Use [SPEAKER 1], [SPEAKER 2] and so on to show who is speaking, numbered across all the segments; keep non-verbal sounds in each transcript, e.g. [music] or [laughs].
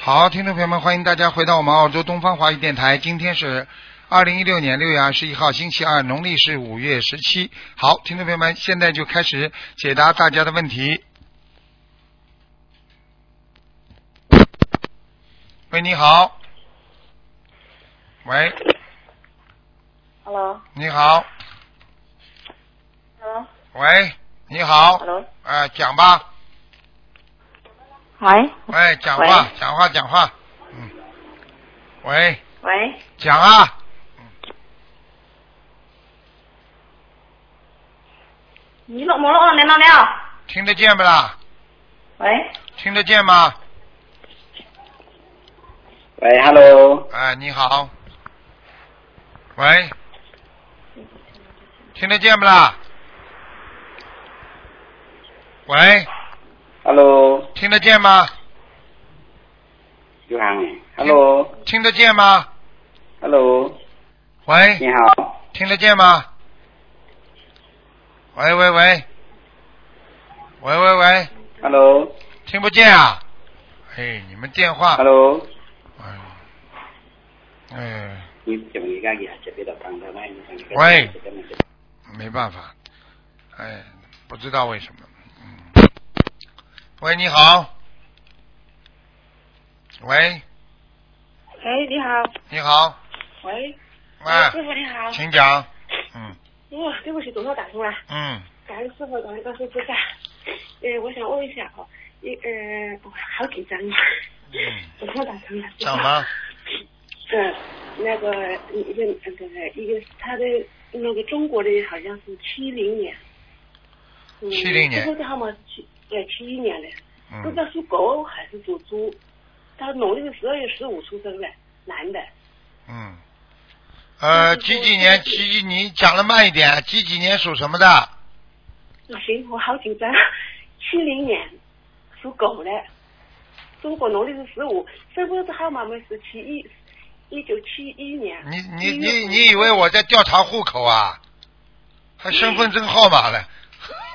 [SPEAKER 1] 好，听众朋友们，欢迎大家回到我们澳洲东方华语电台。今天是二零一六年六月二十一号，星期二，农历是五月十七。好，听众朋友们，现在就开始解答大家的问题。喂，你好。喂，
[SPEAKER 2] Hello，
[SPEAKER 1] 你好。
[SPEAKER 2] Hello，
[SPEAKER 1] 喂，你好。
[SPEAKER 2] Hello
[SPEAKER 1] 哎、讲吧。
[SPEAKER 2] 喂
[SPEAKER 1] 喂，讲话，讲话，讲话。嗯。喂，
[SPEAKER 2] 喂，
[SPEAKER 1] 讲啊。
[SPEAKER 2] 你录没录了？没录了？
[SPEAKER 1] 听得见不啦？
[SPEAKER 2] 喂，
[SPEAKER 1] 听得见吗？
[SPEAKER 3] 喂，Hello，
[SPEAKER 1] 哎，你好。喂，听得见不啦？喂，
[SPEAKER 3] Hello，
[SPEAKER 1] 听得见吗？
[SPEAKER 3] 刘航哎，Hello，Hello，
[SPEAKER 1] 听得见吗？喂，
[SPEAKER 3] 你好，
[SPEAKER 1] 听得见吗？喂喂喂，喂喂喂，
[SPEAKER 3] ，Hello，Hello，
[SPEAKER 1] 听不见啊？哎，你们电话，哎，哎，
[SPEAKER 3] 你怎么一个给他接别的帮他卖？
[SPEAKER 1] 喂没办法，哎，不知道为什么。嗯、喂，你好。喂，
[SPEAKER 2] 喂，你好，
[SPEAKER 1] 你好。
[SPEAKER 2] 喂，哎
[SPEAKER 1] 喂，
[SPEAKER 2] 师傅你好，
[SPEAKER 1] 请讲。嗯
[SPEAKER 2] 哇，对不起，总算打通了，
[SPEAKER 1] 嗯，
[SPEAKER 2] 感恩师傅，感恩观世菩萨。呃，我想问一下哦，一呃，我好紧张啊，
[SPEAKER 1] 嗯
[SPEAKER 2] [laughs] 总算打通了。师傅
[SPEAKER 1] 讲吧。
[SPEAKER 2] 嗯，那个一个那个一个他的那个中国的好像是七零年，嗯
[SPEAKER 1] 70年
[SPEAKER 2] 不知道吗？七对七一年的，不
[SPEAKER 1] 嗯
[SPEAKER 2] 知道属狗还是属猪。他农历是十二月十五出生的，男的，
[SPEAKER 1] 嗯。
[SPEAKER 2] 嗯
[SPEAKER 1] 呃，几几年？几几？你讲的慢一点。几几年属什么的？
[SPEAKER 2] 不行，我好紧张。七零年，属狗的，中国农历是十五，身份证号码们是七一，一九七一年。
[SPEAKER 1] 你你你你以为我在调查户口啊？还身
[SPEAKER 2] 嗯
[SPEAKER 1] 份证号码嘞？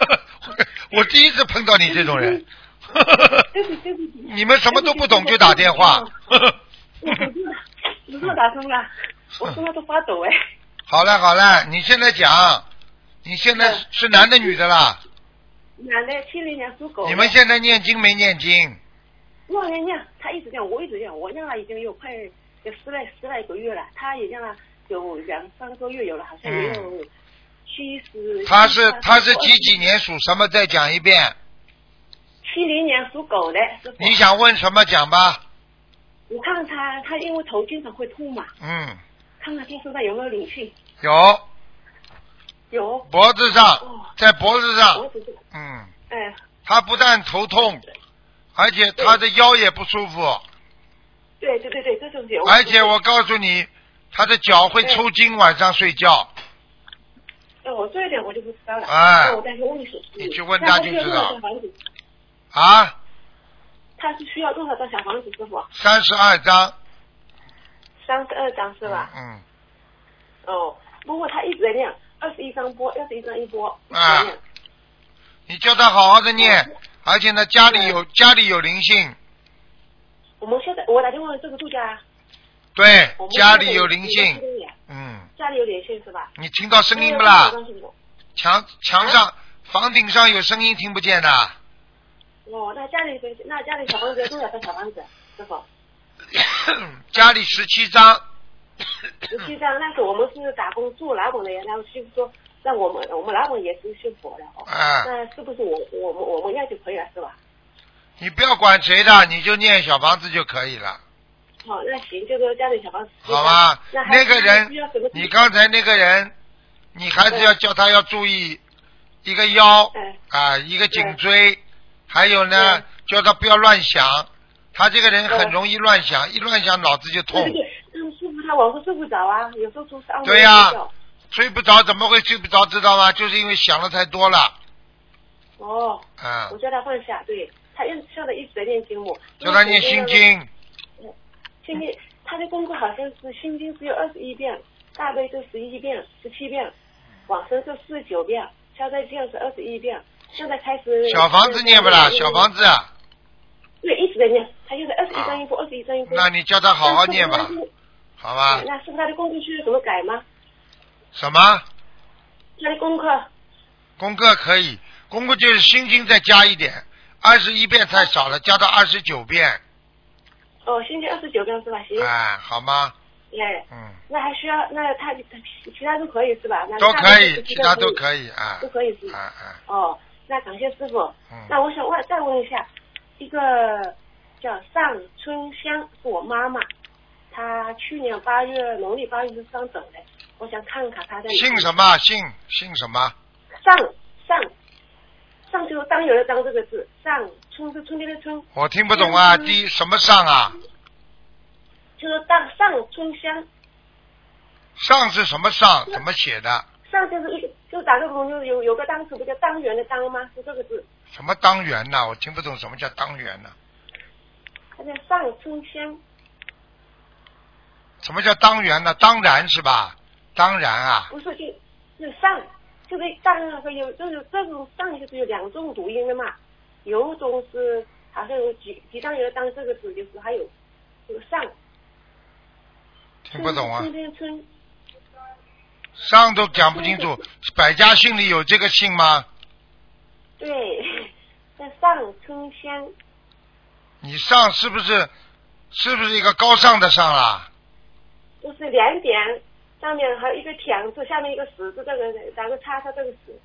[SPEAKER 1] [laughs] 我第一次碰到你这种
[SPEAKER 2] [laughs]
[SPEAKER 1] 人。
[SPEAKER 2] 对不起对不起，
[SPEAKER 1] 你们什么都不懂就打电
[SPEAKER 2] [laughs]
[SPEAKER 1] 话。
[SPEAKER 2] 我手机打，手机打通了，我说话都发抖哎。
[SPEAKER 1] 好了好了，你现在讲，你现在
[SPEAKER 2] 嗯
[SPEAKER 1] 是男的女的啦？
[SPEAKER 2] 男的，七零年属狗的。
[SPEAKER 1] 你们现在念经没念经？
[SPEAKER 2] 我念念，他一直念，我一直念，我念了已经有快有十来十来个月了，他也念了有两三个月有了，好像也有七十。
[SPEAKER 1] 嗯他是
[SPEAKER 2] 嗯
[SPEAKER 1] 他是几几年属什么？再讲一遍。
[SPEAKER 2] 七零年属狗的。师傅
[SPEAKER 1] 你，想问什么讲吧？
[SPEAKER 2] 我看看他，他因为头经常会痛嘛，
[SPEAKER 1] 嗯，
[SPEAKER 2] 看看他身上有没有灵性，
[SPEAKER 1] 有
[SPEAKER 2] 有。
[SPEAKER 1] 脖子上
[SPEAKER 2] 哦，
[SPEAKER 1] 在脖子
[SPEAKER 2] 我
[SPEAKER 1] 上，
[SPEAKER 2] 只是，
[SPEAKER 1] 嗯，
[SPEAKER 2] 哎，
[SPEAKER 1] 他不但头痛，而且他的腰也不舒
[SPEAKER 2] 哦
[SPEAKER 1] 服，
[SPEAKER 2] 对对对对，这就是有。
[SPEAKER 1] 而且我告诉你，他的脚会抽筋，晚上睡觉。
[SPEAKER 2] 哎，我这一点我就不知道了。
[SPEAKER 1] 哎
[SPEAKER 2] 那我再去问一下。
[SPEAKER 1] 你
[SPEAKER 2] 嗯
[SPEAKER 1] 去问他就知道。
[SPEAKER 2] 那他需要多少
[SPEAKER 1] 啊，
[SPEAKER 2] 张房子他是需要多少张小房子，师傅？
[SPEAKER 1] 三十二章
[SPEAKER 2] 三十二张是吧？
[SPEAKER 1] 嗯，
[SPEAKER 2] 哦，不过他一直在念，二十一张播，二十一张一播。一直
[SPEAKER 1] 啊
[SPEAKER 2] 在念
[SPEAKER 1] 你叫他好好的念，而且呢，家里有家里有灵性，
[SPEAKER 2] 我们现在我打电话这个住家，
[SPEAKER 1] 对
[SPEAKER 2] 我，们
[SPEAKER 1] 家里有灵
[SPEAKER 2] 现在
[SPEAKER 1] 性
[SPEAKER 2] 有，灵性，
[SPEAKER 1] 嗯，
[SPEAKER 2] 家里有灵性是吧？
[SPEAKER 1] 你听到声音不啦
[SPEAKER 2] 那？要多少张师傅
[SPEAKER 1] 墙墙上、房顶上有声音，听不见 [coughs] 的。
[SPEAKER 2] 哦，那家里那家里小房子要多少张小房子？师傅，
[SPEAKER 1] 家里十七张，
[SPEAKER 2] 实际上那个我们是打工住老板的，然后师傅说，那我们我们老板也是信佛的哦。
[SPEAKER 1] 啊，
[SPEAKER 2] 那是不是我我们我们要就可以了是吧？
[SPEAKER 1] 你不要管谁的，你就念小房子就可以了，
[SPEAKER 2] 好，哦那行，就说家里小房子。
[SPEAKER 1] 好吧？
[SPEAKER 2] 那还
[SPEAKER 1] 那个人
[SPEAKER 2] 需要什么，地
[SPEAKER 1] 你刚才那个人，你还是要叫他要注意一个腰
[SPEAKER 2] 嗯
[SPEAKER 1] 啊，一个颈椎，还有呢，叫他不要乱想。他这个人很
[SPEAKER 2] 嗯
[SPEAKER 1] 容易乱想，一乱想脑子就
[SPEAKER 2] 对
[SPEAKER 1] 痛
[SPEAKER 2] 对，对，嗯，师傅他晚上睡不着啊，有时候做事熬夜
[SPEAKER 1] 对呀
[SPEAKER 2] 睡觉
[SPEAKER 1] 睡不着，怎么会睡不着？知道吗？就是因为想的太多了，
[SPEAKER 2] 哦，
[SPEAKER 1] 啊
[SPEAKER 2] 我，叫他放下，对他一现在一直在念经我。
[SPEAKER 1] 叫他念心。经，
[SPEAKER 2] 嗯心经，他的功课好像是心经只有二十一遍，大悲咒十一遍、十七遍，往生咒四十九遍，消灾经是二十一遍。现在开始。嗯
[SPEAKER 1] 小房子念不啦？小房
[SPEAKER 2] 子。
[SPEAKER 1] 子啊，
[SPEAKER 2] 对，一直在念，他就是二十一张一波，二十一张一波。
[SPEAKER 1] 那你叫他好好念吧啊
[SPEAKER 2] 那是，不是
[SPEAKER 1] 好
[SPEAKER 2] 他
[SPEAKER 1] 吧
[SPEAKER 2] 的？那是不是他的功课需要怎么改吗？
[SPEAKER 1] 什么
[SPEAKER 2] 他的功课
[SPEAKER 1] 功课可以？功课就是心经再加一点，二十一遍太少了，加到二十九遍，
[SPEAKER 2] 哦，星期二十九张是吧？行，
[SPEAKER 1] 哎，好吗？
[SPEAKER 2] 哎，
[SPEAKER 1] 嗯，
[SPEAKER 2] 那还需要那他其其他都可以是吧？那
[SPEAKER 1] 都可
[SPEAKER 2] 大部分
[SPEAKER 1] 以，
[SPEAKER 2] 是
[SPEAKER 1] 其他
[SPEAKER 2] 都
[SPEAKER 1] 都可以啊
[SPEAKER 2] 都可以是
[SPEAKER 1] 啊
[SPEAKER 2] 吧？
[SPEAKER 1] 啊，
[SPEAKER 2] 哦，那感谢师傅。那
[SPEAKER 1] 嗯，
[SPEAKER 2] 我想问再问一下，一个叫上春香是我妈妈，她去年八月农历八月十三走的，我想看看她的
[SPEAKER 1] 姓什么？姓姓什么？
[SPEAKER 2] 上上上就是当有了当这个字，上春是春天的春，
[SPEAKER 1] 我听不懂啊，
[SPEAKER 2] 嗯
[SPEAKER 1] 第一什么上啊？
[SPEAKER 2] 就是当上春香，
[SPEAKER 1] 上是什么上？怎么写的？
[SPEAKER 2] 上就是一个就打个比方，就是有有个当字不叫当元的当吗？是这个字，
[SPEAKER 1] 什么当元呐、我听不懂什么叫当元呐、
[SPEAKER 2] 它叫上春香，
[SPEAKER 1] 什么叫当元呢、当然是吧？当然啊，
[SPEAKER 2] 不是就是上，就跟当那个有就是这种上就是有两种读音的嘛，有一种是好像有几几张有的当这个字，就是还有有上。
[SPEAKER 1] 听不懂啊
[SPEAKER 2] 春，天春
[SPEAKER 1] 上都讲不清
[SPEAKER 2] 嗯
[SPEAKER 1] 楚。百家姓里有这个姓吗？
[SPEAKER 2] 对，那上春香，
[SPEAKER 1] 你上是不是是不是一个高尚的上啦？
[SPEAKER 2] 就是两点，上面还有一个田字，下面一个石字，这个然后叉叉这个石。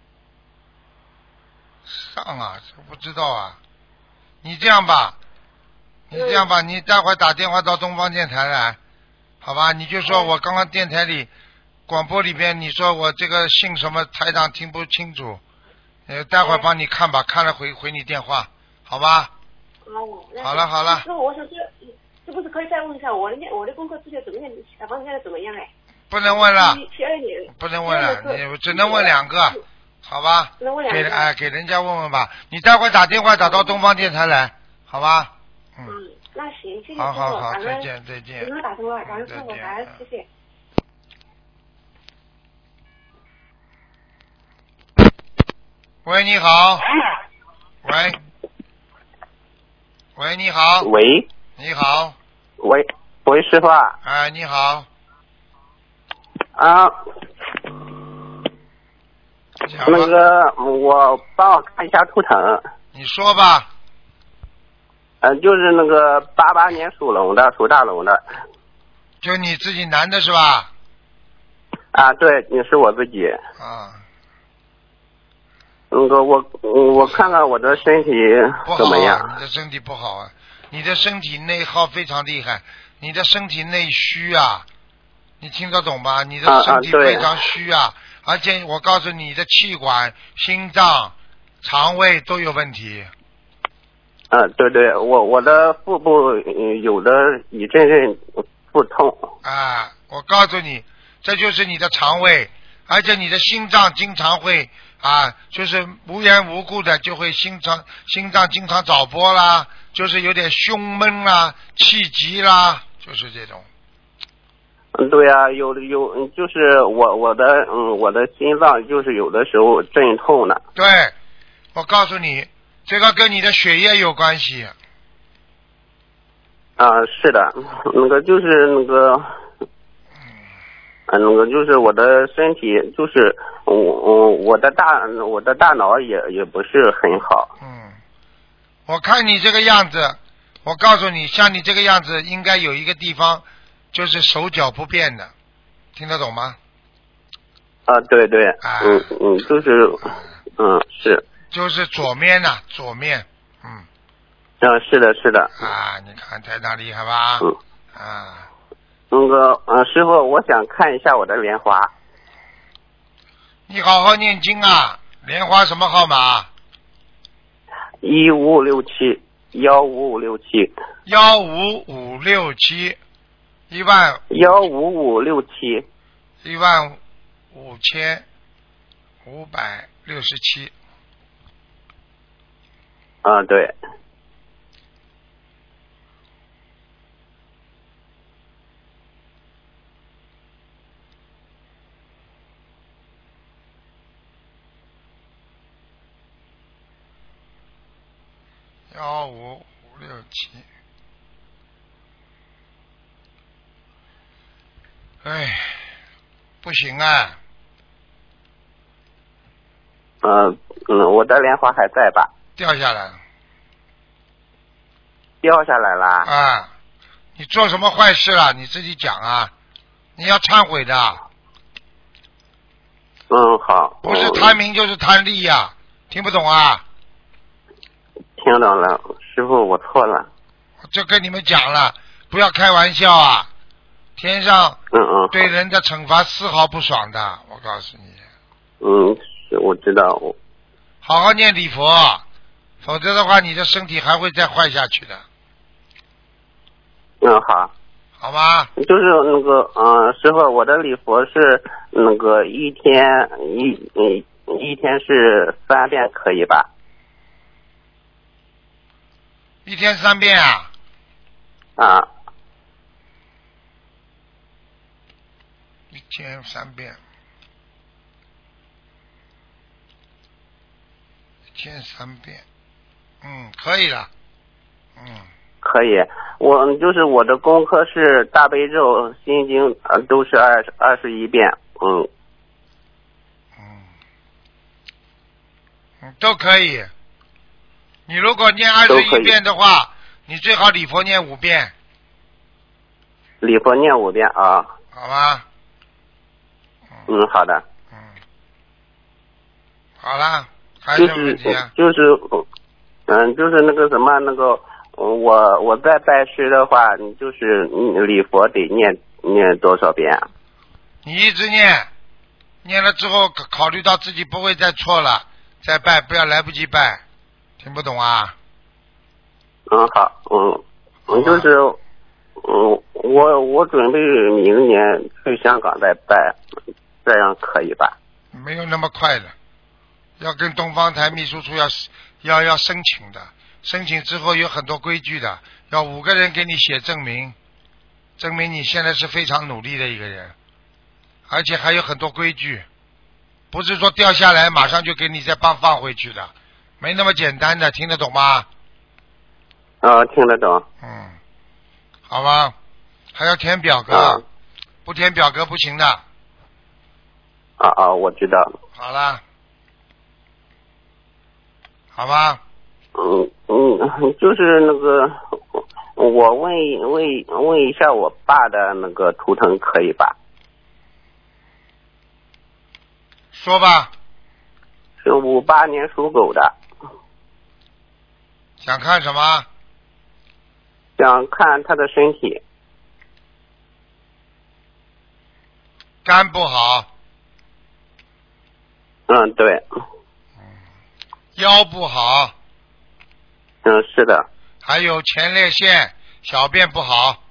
[SPEAKER 1] 上啊，这不知道啊。你这样吧，你这样吧，你待会儿打电话到东方电台来，好吧？你就说
[SPEAKER 2] 嗯
[SPEAKER 1] 我刚刚电台里广播里边，你说我这个姓什么，台长听不清楚，呃，待会儿
[SPEAKER 2] 嗯
[SPEAKER 1] 帮你看吧，看了回回你电话，好吧？
[SPEAKER 2] 哦，那
[SPEAKER 1] 好了好了
[SPEAKER 2] 师傅，我想这是不是可以再问一下我的念我的功课之前怎么念？小房子现在怎么样？哎，
[SPEAKER 1] 不能问了，
[SPEAKER 2] 七七二年，
[SPEAKER 1] 啊不能问
[SPEAKER 2] 那
[SPEAKER 1] 了，
[SPEAKER 2] 个
[SPEAKER 1] 你只能问两个，好吧？
[SPEAKER 2] 只能问两
[SPEAKER 1] 给
[SPEAKER 2] 个
[SPEAKER 1] 哎，给人家问问吧。你待会儿打电话打到东方电台来，好吧？嗯，
[SPEAKER 2] 嗯，那行，谢谢师傅，
[SPEAKER 1] 好好好，
[SPEAKER 2] 感
[SPEAKER 1] 再
[SPEAKER 2] 恩，
[SPEAKER 1] 见再见嗯
[SPEAKER 2] 你。能打通了，感恩师傅，
[SPEAKER 1] 再见
[SPEAKER 2] 感恩，谢谢。
[SPEAKER 1] 喂，你好。喂。喂，你好。
[SPEAKER 4] 喂
[SPEAKER 1] 你好，
[SPEAKER 4] 喂喂，师傅啊
[SPEAKER 1] 哎，你好，
[SPEAKER 4] 啊，
[SPEAKER 1] 讲
[SPEAKER 4] 那
[SPEAKER 1] 吧，
[SPEAKER 4] 个我帮我看一下图腾，
[SPEAKER 1] 你说吧，
[SPEAKER 4] 嗯、就是那个八八年属龙的，属大龙的
[SPEAKER 1] 就你自己男的是吧？
[SPEAKER 4] 啊，对，你是我自己。
[SPEAKER 1] 啊，
[SPEAKER 4] 那个我嗯我看看我的身体
[SPEAKER 1] 不
[SPEAKER 4] 怎
[SPEAKER 1] 好
[SPEAKER 4] 么
[SPEAKER 1] 啊，你
[SPEAKER 4] 样？
[SPEAKER 1] 的身体不好啊，你的身体内耗非常厉害，你的身体内虚啊，你听得懂吧？你
[SPEAKER 4] 啊
[SPEAKER 1] 的
[SPEAKER 4] 啊
[SPEAKER 1] 身体
[SPEAKER 4] 对
[SPEAKER 1] 非常虚啊，而且我告诉你，你的气管、心脏、肠胃都有问题，
[SPEAKER 4] 嗯、对对，我我的腹部、嗯有的一阵阵腹痛，
[SPEAKER 1] 啊，我告诉你，这就是你的肠胃，而且你的心脏经常会啊，就是无缘无故的就会心脏心脏经常早搏啦，就是有点胸闷啦、气急啦，就是这种。
[SPEAKER 4] 嗯，对啊，有的有，嗯就是我我的嗯我的心脏就是有的时候阵痛呢。
[SPEAKER 1] 对，我告诉你，这个跟你的血液有关系。
[SPEAKER 4] 啊，是的，那个就是那个，嗯，那个就是我的身体，就是我我我的大我的大脑也也不是很好。
[SPEAKER 1] 嗯，我看你这个样子，我告诉你，像你这个样子，应该有一个地方就是手脚不便的，听得懂吗？
[SPEAKER 4] 啊，对对，
[SPEAKER 1] 啊
[SPEAKER 4] 嗯嗯，就是，嗯是，
[SPEAKER 1] 就是左面呐、左面，嗯。
[SPEAKER 4] 啊是的是的，
[SPEAKER 1] 啊，你看台长厉害吧？
[SPEAKER 4] 嗯，
[SPEAKER 1] 啊，
[SPEAKER 4] 那个嗯师傅，我想看一下我的莲花，
[SPEAKER 1] 你好好念经啊！莲花什么号码？
[SPEAKER 4] 一五五六七幺五五六七
[SPEAKER 1] 幺五五六七，一万
[SPEAKER 4] 幺五五六七，
[SPEAKER 1] 一万五千五百六十七。
[SPEAKER 4] 啊对，
[SPEAKER 1] 幺五五六七。哎，不行啊！
[SPEAKER 4] 嗯嗯，我的莲花还在吧？
[SPEAKER 1] 掉下来了
[SPEAKER 4] 掉下来啦。
[SPEAKER 1] 啊！你做什么坏事了？你自己讲啊！你要忏悔的，
[SPEAKER 4] 嗯，好。
[SPEAKER 1] 不是
[SPEAKER 4] 嗯
[SPEAKER 1] 贪名就是贪利呀、听不懂啊？
[SPEAKER 4] 听懂了，师傅，我错了。
[SPEAKER 1] 我就跟你们讲了，不要开玩笑啊！天上
[SPEAKER 4] 嗯嗯。
[SPEAKER 1] 对。人的惩罚丝毫不爽的，我告诉你，
[SPEAKER 4] 嗯，是我知道，我
[SPEAKER 1] 好好念礼佛，否则的话，你的身体还会再坏下去的，
[SPEAKER 4] 嗯好，
[SPEAKER 1] 好吗？
[SPEAKER 4] 就是那个嗯，师傅，我的礼佛是那个一天一嗯一天是三遍可以吧？
[SPEAKER 1] 一天三遍啊，
[SPEAKER 4] 啊，
[SPEAKER 1] 一天三遍，一天三遍，嗯，可以了，嗯，
[SPEAKER 4] 可以。我就是我的功课是大悲咒、心经，呃，都是二十二十一遍。嗯
[SPEAKER 1] 嗯，嗯，都可以。你如果念二
[SPEAKER 4] 都
[SPEAKER 1] 十
[SPEAKER 4] 可
[SPEAKER 1] 一
[SPEAKER 4] 以
[SPEAKER 1] 遍的话，你最好礼佛念五遍，
[SPEAKER 4] 礼佛念五遍啊。
[SPEAKER 1] 好吗？
[SPEAKER 4] 嗯，好的。
[SPEAKER 1] 嗯，好啦，还有
[SPEAKER 4] 就
[SPEAKER 1] 什么
[SPEAKER 4] 是
[SPEAKER 1] 问题啊？
[SPEAKER 4] 就是，嗯，就是那个什么那个，嗯我我在拜师的话，你就是你礼佛得念念多少遍啊？
[SPEAKER 1] 你一直念，念了之后考考虑到自己不会再错了，再拜不要来不及拜，听不懂啊？
[SPEAKER 4] 嗯，好，嗯，
[SPEAKER 1] 好吧
[SPEAKER 4] 嗯，就是，嗯，我我准备明年去香港再拜，这样可以吧？
[SPEAKER 1] 没有那么快的，要跟东方台秘书处要要要申请的，申请之后有很多规矩的，要五个人给你写证明，证明你现在是非常努力的一个人，而且还有很多规矩，不是说掉下来马上就给你再放放回去的，没那么简单的，听得懂吗？
[SPEAKER 4] 啊，听得懂。
[SPEAKER 1] 嗯，好吧，还要填表格，
[SPEAKER 4] 啊
[SPEAKER 1] 不填表格不行的。
[SPEAKER 4] 啊啊，我知道。
[SPEAKER 1] 好啦，好吧，
[SPEAKER 4] 嗯嗯，就是那个，我问一问一问一下我爸的那个图腾可以吧？
[SPEAKER 1] 说吧，
[SPEAKER 4] 是五八年属狗的，
[SPEAKER 1] 想看什么？
[SPEAKER 4] 想看他的身体。
[SPEAKER 1] 肝不好，
[SPEAKER 4] 嗯，对，
[SPEAKER 1] 腰不好，
[SPEAKER 4] 嗯，是的，
[SPEAKER 1] 还有前列腺、小便不好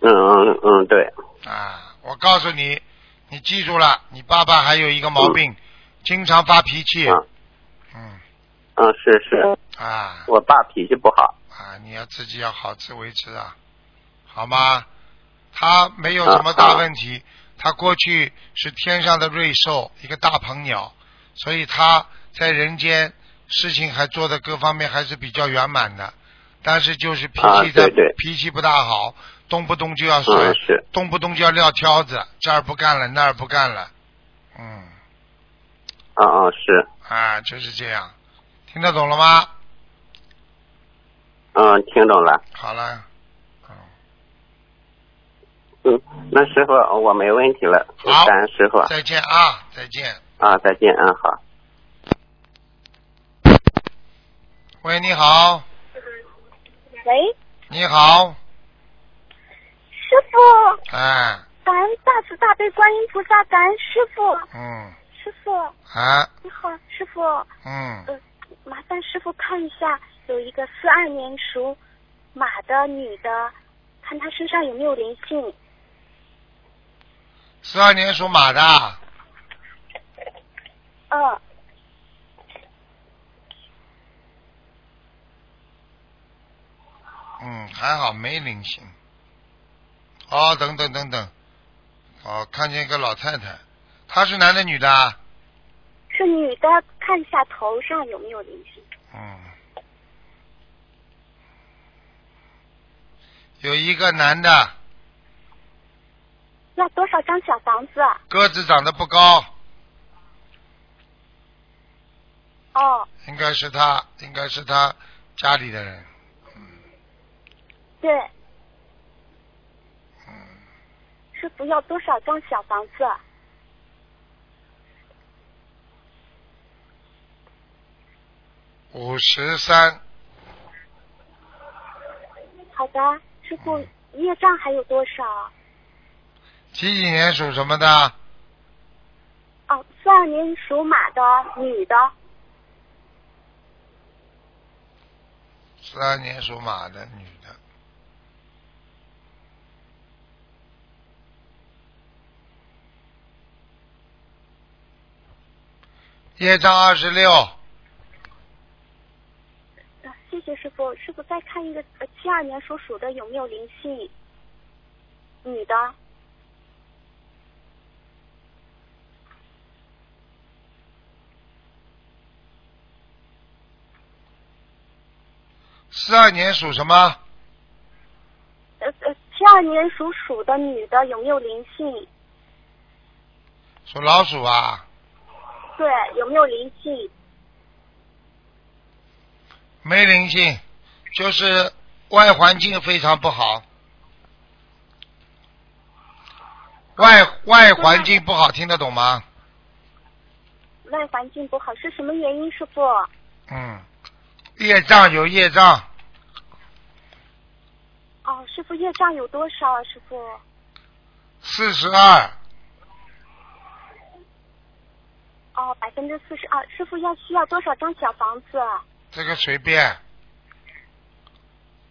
[SPEAKER 4] 嗯嗯嗯，对，
[SPEAKER 1] 啊！我告诉你，你记住了，你爸爸还有一个毛病，经常发脾气。
[SPEAKER 4] 嗯
[SPEAKER 1] 嗯
[SPEAKER 4] 嗯，是是，
[SPEAKER 1] 啊
[SPEAKER 4] 我爸脾气不好。
[SPEAKER 1] 啊！你要自己要好自为之啊，好吗？他没有
[SPEAKER 4] 啊
[SPEAKER 1] 什么大问题，他过去是天上的瑞兽，一个大鹏鸟，所以他在人间事情还做的各方面还是比较圆满的，但是就是脾
[SPEAKER 4] 啊
[SPEAKER 1] 气的、
[SPEAKER 4] 对对
[SPEAKER 1] 脾气不大好，动不动就要甩，
[SPEAKER 4] 嗯，是，
[SPEAKER 1] 动不动就要撂挑子，这儿不干了那儿不干了，嗯，
[SPEAKER 4] 嗯嗯是，
[SPEAKER 1] 啊，就是这样，听得懂了吗？
[SPEAKER 4] 嗯，听懂了。
[SPEAKER 1] 好了，嗯，
[SPEAKER 4] 嗯，那师傅我没问题了，
[SPEAKER 1] 好
[SPEAKER 4] 感恩师傅
[SPEAKER 1] 再见啊，再见。
[SPEAKER 4] 啊，再见，嗯，好。
[SPEAKER 1] 喂，你好，
[SPEAKER 5] 喂，
[SPEAKER 1] 你好，
[SPEAKER 5] 师傅，
[SPEAKER 1] 哎，
[SPEAKER 5] 感恩大慈大悲观音菩萨，感恩师傅，
[SPEAKER 1] 嗯，
[SPEAKER 5] 师傅
[SPEAKER 1] 啊，
[SPEAKER 5] 你好，师傅，
[SPEAKER 1] 嗯。
[SPEAKER 5] 呃，麻烦师傅看一下，有一个四二年属马的女的，看她身上有没有灵性。
[SPEAKER 1] 十二年属马的啊，
[SPEAKER 5] 嗯、
[SPEAKER 1] 嗯，还好没灵性。哦，等等等等，哦，看见一个老太太，她是男的女的啊？
[SPEAKER 5] 是女的，看一下头上有没有灵性。
[SPEAKER 1] 嗯，有一个男的，
[SPEAKER 5] 要多少张小房子？啊
[SPEAKER 1] 个子长得不高，
[SPEAKER 5] 哦，
[SPEAKER 1] 应该是他，应该是他家里的人。
[SPEAKER 5] 对。师傅要多少张小房子？啊
[SPEAKER 1] 五十三，
[SPEAKER 5] 好的，师傅业障还有多少？啊
[SPEAKER 1] 几几年属什么的？
[SPEAKER 5] 哦，四二年属马的女的，啊
[SPEAKER 1] 十二年属马的女的。业障二十六，
[SPEAKER 5] 呃谢谢师傅。师傅再看一个呃七二年属鼠的有没有灵性？女的，
[SPEAKER 1] 四二年属什么？
[SPEAKER 5] 呃呃，七二年属鼠的女的有没有灵性？
[SPEAKER 1] 属老鼠啊，
[SPEAKER 5] 对，有没有灵性？
[SPEAKER 1] 没灵性，就是外环境非常不好。外外环境不好，听得懂吗？
[SPEAKER 5] 外环境不好是什么原因？师傅？
[SPEAKER 1] 嗯，业障有业障，
[SPEAKER 5] 哦，师傅业障有多少啊？师傅？
[SPEAKER 1] 四十二，
[SPEAKER 5] 哦，百分之四十二。师傅要需要多少张小房子？啊
[SPEAKER 1] 这个随便，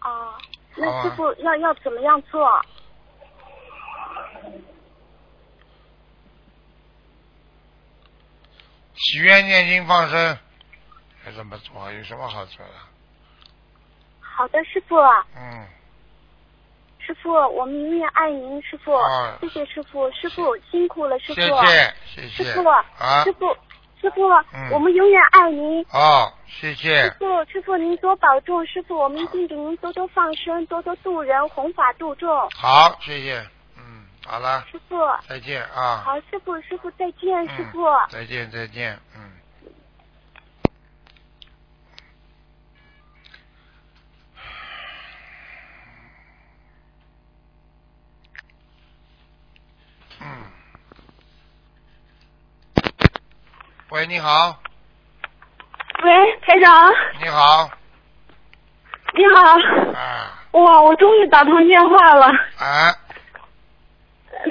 [SPEAKER 5] 哦，
[SPEAKER 1] 好啊
[SPEAKER 5] 那师傅要、要怎么样做？
[SPEAKER 1] 许愿念经放生，有什么做？有什么好做的？
[SPEAKER 5] 好的，师傅，
[SPEAKER 1] 嗯，
[SPEAKER 5] 师傅，我们永远爱您，师傅
[SPEAKER 1] 啊，
[SPEAKER 5] 谢谢师傅，师傅辛苦了，师
[SPEAKER 1] 谢
[SPEAKER 5] 傅，
[SPEAKER 1] 谢谢谢
[SPEAKER 5] 师傅，
[SPEAKER 1] 啊
[SPEAKER 5] 师，傅，师傅
[SPEAKER 1] 嗯，
[SPEAKER 5] 我们永远爱您，
[SPEAKER 1] 哦，谢谢
[SPEAKER 5] 师，傅，师傅您多保重，师傅，我们一定给您多多放生，多多度人，弘法度众，
[SPEAKER 1] 好，谢谢，嗯，好了，
[SPEAKER 5] 师傅，
[SPEAKER 1] 再见啊。
[SPEAKER 5] 好，师傅，师傅再见，师傅。
[SPEAKER 1] 嗯再见，再见，嗯。嗯。喂，你好，
[SPEAKER 6] 喂，台长，
[SPEAKER 1] 你好，
[SPEAKER 6] 你好！
[SPEAKER 1] 啊
[SPEAKER 6] 哇，我终于打通电话了，
[SPEAKER 1] 啊，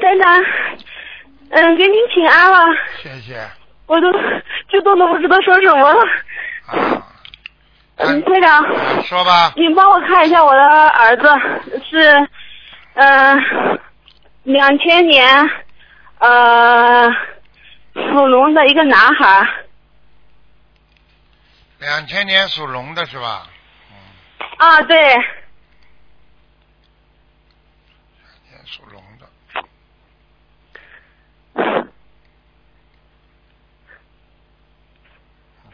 [SPEAKER 6] 台长，嗯，给您请安了，
[SPEAKER 1] 谢谢
[SPEAKER 6] 我都激动的不知道说什么了。
[SPEAKER 1] 啊，
[SPEAKER 6] 嗯，台长，
[SPEAKER 1] 啊说吧，
[SPEAKER 6] 你帮我看一下我的儿子是，嗯、呃，两千年，呃，属龙的一个男孩，
[SPEAKER 1] 两千年属龙的是吧？
[SPEAKER 6] 啊，对，
[SPEAKER 1] 属龙的，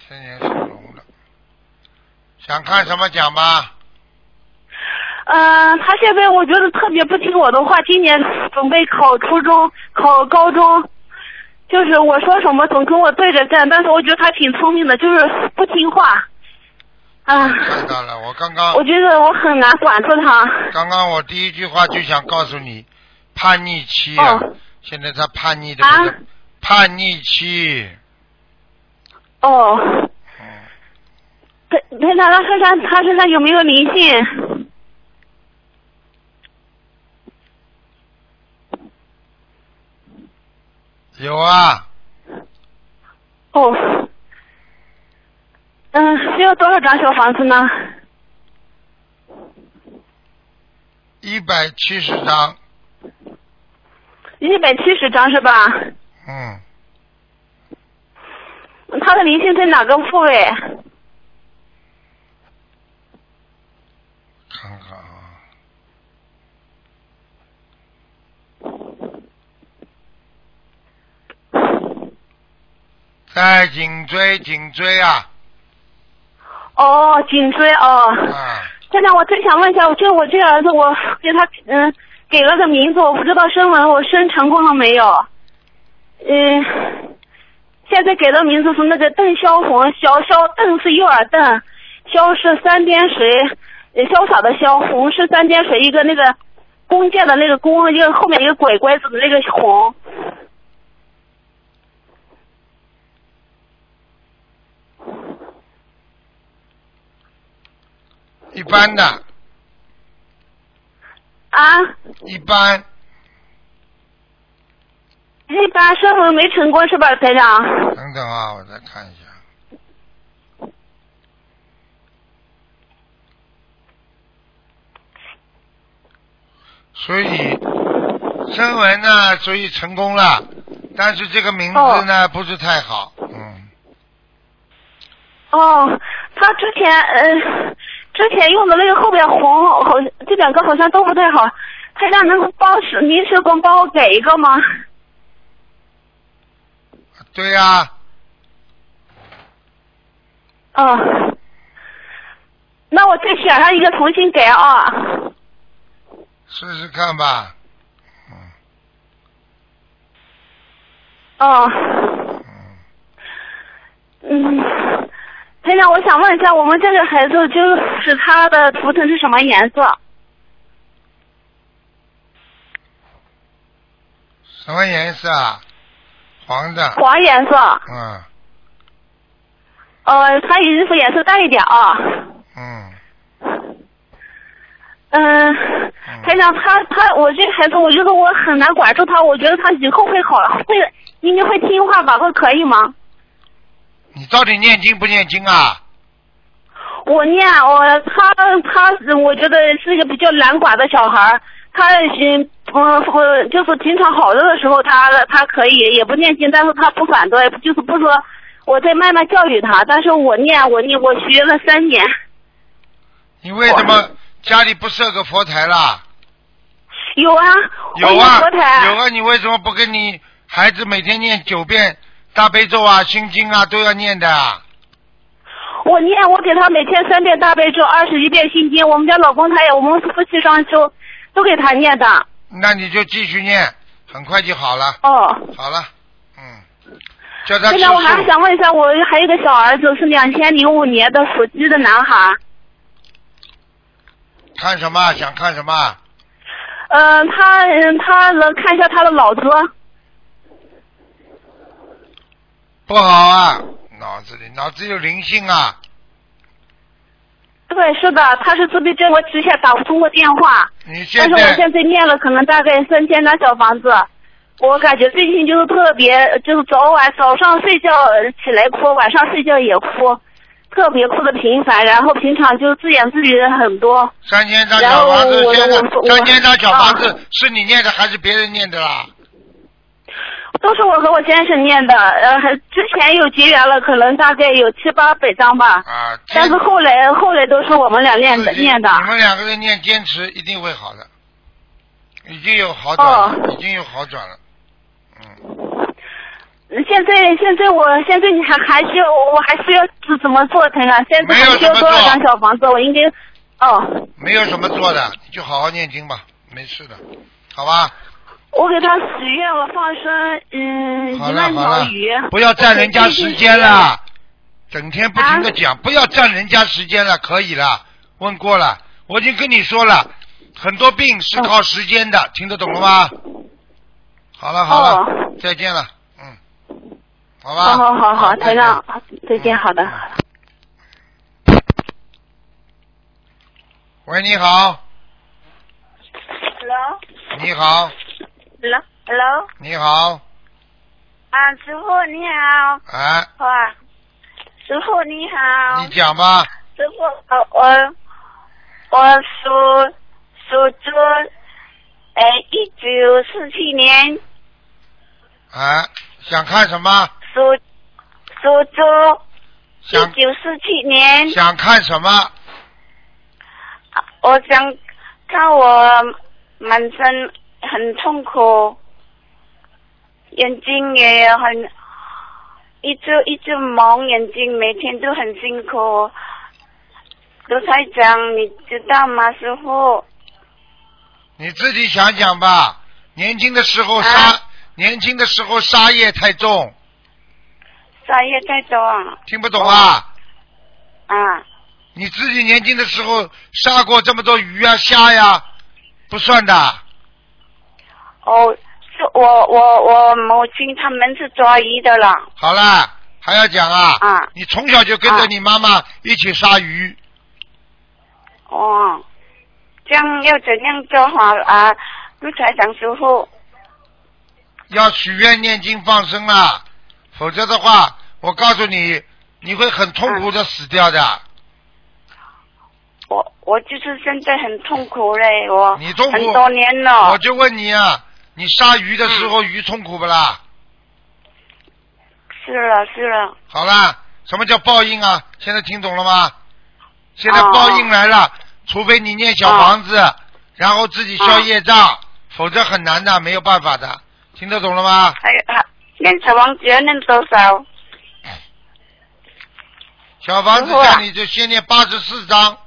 [SPEAKER 1] 今年属龙的，想看什么讲吧？
[SPEAKER 6] 嗯，他现在我觉得特别不听我的话，今年准备考初中、考高中，就是我说什么总跟我对着干，但是我觉得他挺聪明的，就是不听话。啊，
[SPEAKER 1] 看到了，我刚刚
[SPEAKER 6] 我觉得我很难管住他。
[SPEAKER 1] 刚刚我第一句话就想告诉你，叛逆期啊，
[SPEAKER 6] 哦
[SPEAKER 1] 现在他叛逆的不得、
[SPEAKER 6] 啊
[SPEAKER 1] 叛逆期，
[SPEAKER 6] 哦，
[SPEAKER 1] 嗯，
[SPEAKER 6] 他他他他身上他身上有没有灵性？
[SPEAKER 1] 有啊，
[SPEAKER 6] 哦，嗯，需要多少张小房子呢？
[SPEAKER 1] 一百七十张，
[SPEAKER 6] 一百七十张是吧？
[SPEAKER 1] 嗯，
[SPEAKER 6] 他的灵性在哪个部位？
[SPEAKER 1] 看看啊。在颈椎，颈椎啊，
[SPEAKER 6] 哦，颈椎哦。
[SPEAKER 1] 啊，
[SPEAKER 6] 站长，我真想问一下，我就我这儿子，我给他嗯给了个名字，我不知道申文我申成功了没有？嗯，现在给的名字是那个邓萧红，小萧邓是右耳邓，萧是三点水，呃潇洒的萧，红是三点水一个那个弓箭的那个弓，一个后面一个拐拐子的那个红。
[SPEAKER 1] 一般的，
[SPEAKER 6] 啊，
[SPEAKER 1] 一般，
[SPEAKER 6] 一般申文没成功是吧，台长？
[SPEAKER 1] 等等啊，我再看一下。所以，声纹呢，所以成功了，但是这个名字呢，不是太好，嗯，
[SPEAKER 6] 哦，他之前呃，之前用的那个后边红，好像这两个好像都不太好。台长能帮是临时工帮我改一个吗？
[SPEAKER 1] 对呀、
[SPEAKER 6] 哦，那我再选上一个重新改啊。
[SPEAKER 1] 试试看吧，
[SPEAKER 6] 哦，
[SPEAKER 1] 嗯，
[SPEAKER 6] 嗯，台长，我想问一下，我们这个孩子就是他的图腾是什么颜色？
[SPEAKER 1] 什么颜色啊？黄的，
[SPEAKER 6] 黄颜色。
[SPEAKER 1] 嗯
[SPEAKER 6] 呃，他衣服颜色淡一点啊。
[SPEAKER 1] 嗯，
[SPEAKER 6] 嗯，台长，他他我这个孩子，我觉得我很难管住他，我觉得他以后会好，会应该会听话吧，会可以吗？
[SPEAKER 1] 你到底念经不念经啊？
[SPEAKER 6] 我念我他他，我觉得是一个比较难管的小孩儿，他嗯嗯，我就是平常好热的时候，他呃他可以也不念经，但是他不反对，就是不说，我在慢慢教育他，但是我念我念我学了三年，
[SPEAKER 1] 你为什么家里不设个佛台啦？
[SPEAKER 6] 有啊，
[SPEAKER 1] 有
[SPEAKER 6] 我
[SPEAKER 1] 啊
[SPEAKER 6] 佛，台
[SPEAKER 1] 有啊，你为什么不跟你孩子每天念九遍大悲咒啊、心经啊都要念的啊？
[SPEAKER 6] 我念，我给他每天三遍大悲咒，二十一遍心经。我们家老公他也，我们夫妻双修，都给他念的。
[SPEAKER 1] 那你就继续念，很快就好了。
[SPEAKER 6] 哦，
[SPEAKER 1] 好了，嗯，叫他
[SPEAKER 6] 现
[SPEAKER 1] 吃
[SPEAKER 6] 在我还
[SPEAKER 1] 素。
[SPEAKER 6] 想问一下，我还有一个小儿子是两千零五年的属鸡的男孩，
[SPEAKER 1] 看什么？啊想看什么？
[SPEAKER 6] 嗯、他嗯他能看一下他的脑子，
[SPEAKER 1] 不好啊，脑子里脑子有灵性啊，
[SPEAKER 6] 对，是的，他是自闭症，我之前打不通过电话，
[SPEAKER 1] 你
[SPEAKER 6] 但
[SPEAKER 1] 现
[SPEAKER 6] 是我
[SPEAKER 1] 在
[SPEAKER 6] 现在念了可能大概三千张小房子，我感觉最近就是特别，就是早晚早上睡觉呃起来哭，晚上睡觉也哭，特别哭的频繁，然后平常就自言自语很多。
[SPEAKER 1] 三千张
[SPEAKER 6] 然
[SPEAKER 1] 小
[SPEAKER 6] 后
[SPEAKER 1] 房子，
[SPEAKER 6] 我
[SPEAKER 1] 现在
[SPEAKER 6] 我我
[SPEAKER 1] 三千张小房
[SPEAKER 6] 啊
[SPEAKER 1] 子是你念的还是别人念的啦？
[SPEAKER 6] 都是我和我先生念的，呃，还之前有结缘了，可能大概有七八百张吧，
[SPEAKER 1] 啊，
[SPEAKER 6] 但是后来后来都是我们俩念的
[SPEAKER 1] 自己
[SPEAKER 6] 念的。
[SPEAKER 1] 你们两个人念坚持一定会好的，已经有好转了，
[SPEAKER 6] 哦
[SPEAKER 1] 已经有好转了。嗯，
[SPEAKER 6] 嗯现在现在我现在你还还需要我还需要怎怎么做才啊？现在还需要多少张小房子？我应该哦，
[SPEAKER 1] 没有什么做的，你就好好念经吧，没事的，好吧？
[SPEAKER 6] 我给他许愿，我放生嗯
[SPEAKER 1] 好
[SPEAKER 6] 一
[SPEAKER 1] 了
[SPEAKER 6] 万
[SPEAKER 1] 好
[SPEAKER 6] 条
[SPEAKER 1] 了
[SPEAKER 6] 鱼。，
[SPEAKER 1] 不要占人家时间了，整天不停的
[SPEAKER 6] 啊
[SPEAKER 1] 讲，不要占人家时间了，可以了。问过了，我已经跟你说了，很多病
[SPEAKER 6] 嗯
[SPEAKER 1] 是靠时间的，听得懂了吗？好了好了，
[SPEAKER 6] 哦
[SPEAKER 1] 再见了，嗯，好吧。
[SPEAKER 6] 好好好好，
[SPEAKER 1] 再
[SPEAKER 6] 台
[SPEAKER 1] 见
[SPEAKER 6] 长，再见，好的。
[SPEAKER 1] 喂，你好，
[SPEAKER 7] Hello
[SPEAKER 1] 你好，
[SPEAKER 7] Hello Hello
[SPEAKER 1] 你好，
[SPEAKER 7] 啊，师傅你好，
[SPEAKER 1] 哎，
[SPEAKER 7] 哇，
[SPEAKER 2] 啊
[SPEAKER 7] 师傅你好
[SPEAKER 1] 你，讲吧，
[SPEAKER 7] 师傅呃我我属属猪，哎，一九四七年
[SPEAKER 1] 哎，想看什么？
[SPEAKER 7] 属属猪，一
[SPEAKER 1] 想
[SPEAKER 7] 九四七年，
[SPEAKER 1] 想看什么？
[SPEAKER 7] 啊我想看我满身很痛苦，眼睛也很一直一直蒙眼睛，每天都很辛苦。
[SPEAKER 6] 卢台长，你知道吗，师傅？
[SPEAKER 1] 你自己想想吧。年轻的时候杀，
[SPEAKER 6] 啊
[SPEAKER 1] 年轻的时候杀业太重，
[SPEAKER 6] 杀业太多啊！
[SPEAKER 1] 听不懂
[SPEAKER 7] 哦
[SPEAKER 1] 啊？
[SPEAKER 6] 啊，
[SPEAKER 1] 你自己年轻的时候杀过这么多鱼啊、虾呀、不算的。
[SPEAKER 6] 哦，是我我我母亲他们是抓鱼的啦。
[SPEAKER 1] 好啦，还要讲啊？
[SPEAKER 6] 啊
[SPEAKER 1] 你从小就跟着你妈妈一起杀鱼，
[SPEAKER 6] 哦，这样要怎样做好啊？卢台长师傅，
[SPEAKER 1] 要许愿、念经、放生啦，否则的话，我告诉你，你会很痛
[SPEAKER 6] 嗯
[SPEAKER 1] 苦的死掉的。
[SPEAKER 6] 我我就是现在很痛苦嘞，我
[SPEAKER 1] 你痛苦
[SPEAKER 6] 很多年了
[SPEAKER 1] 我，就问你啊，你杀鱼的时
[SPEAKER 6] 嗯
[SPEAKER 1] 候，鱼痛苦不啦？
[SPEAKER 6] 是了是了，
[SPEAKER 1] 好啦，什么叫报应啊？现在听懂了吗？现在
[SPEAKER 6] 哦
[SPEAKER 1] 报应来了，除非你念小房子，然后自己消业障，否则很难的，没有办法的。听得懂了吗？
[SPEAKER 6] 还还哎念小王子要念多少？
[SPEAKER 1] 小房子
[SPEAKER 6] 师傅啊
[SPEAKER 1] 叫你就先念八十四章，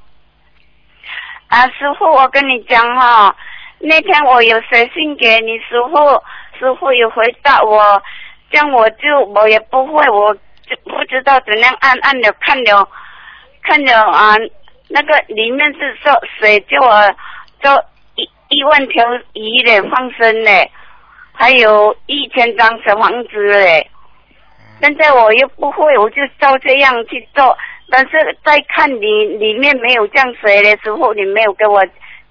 [SPEAKER 6] 啊，师傅，我跟你讲哈、那天我有写信给你，师傅，师傅有回答我，这样我就我也不会，我就不知道怎样按按钮看了，看了啊，那个里面是说水叫我做一一万条鱼的放生嘞，还有一千张小房子嘞。现在我又不会，我就照这样去做。但是在看你里面没有降水的时候，你没有给我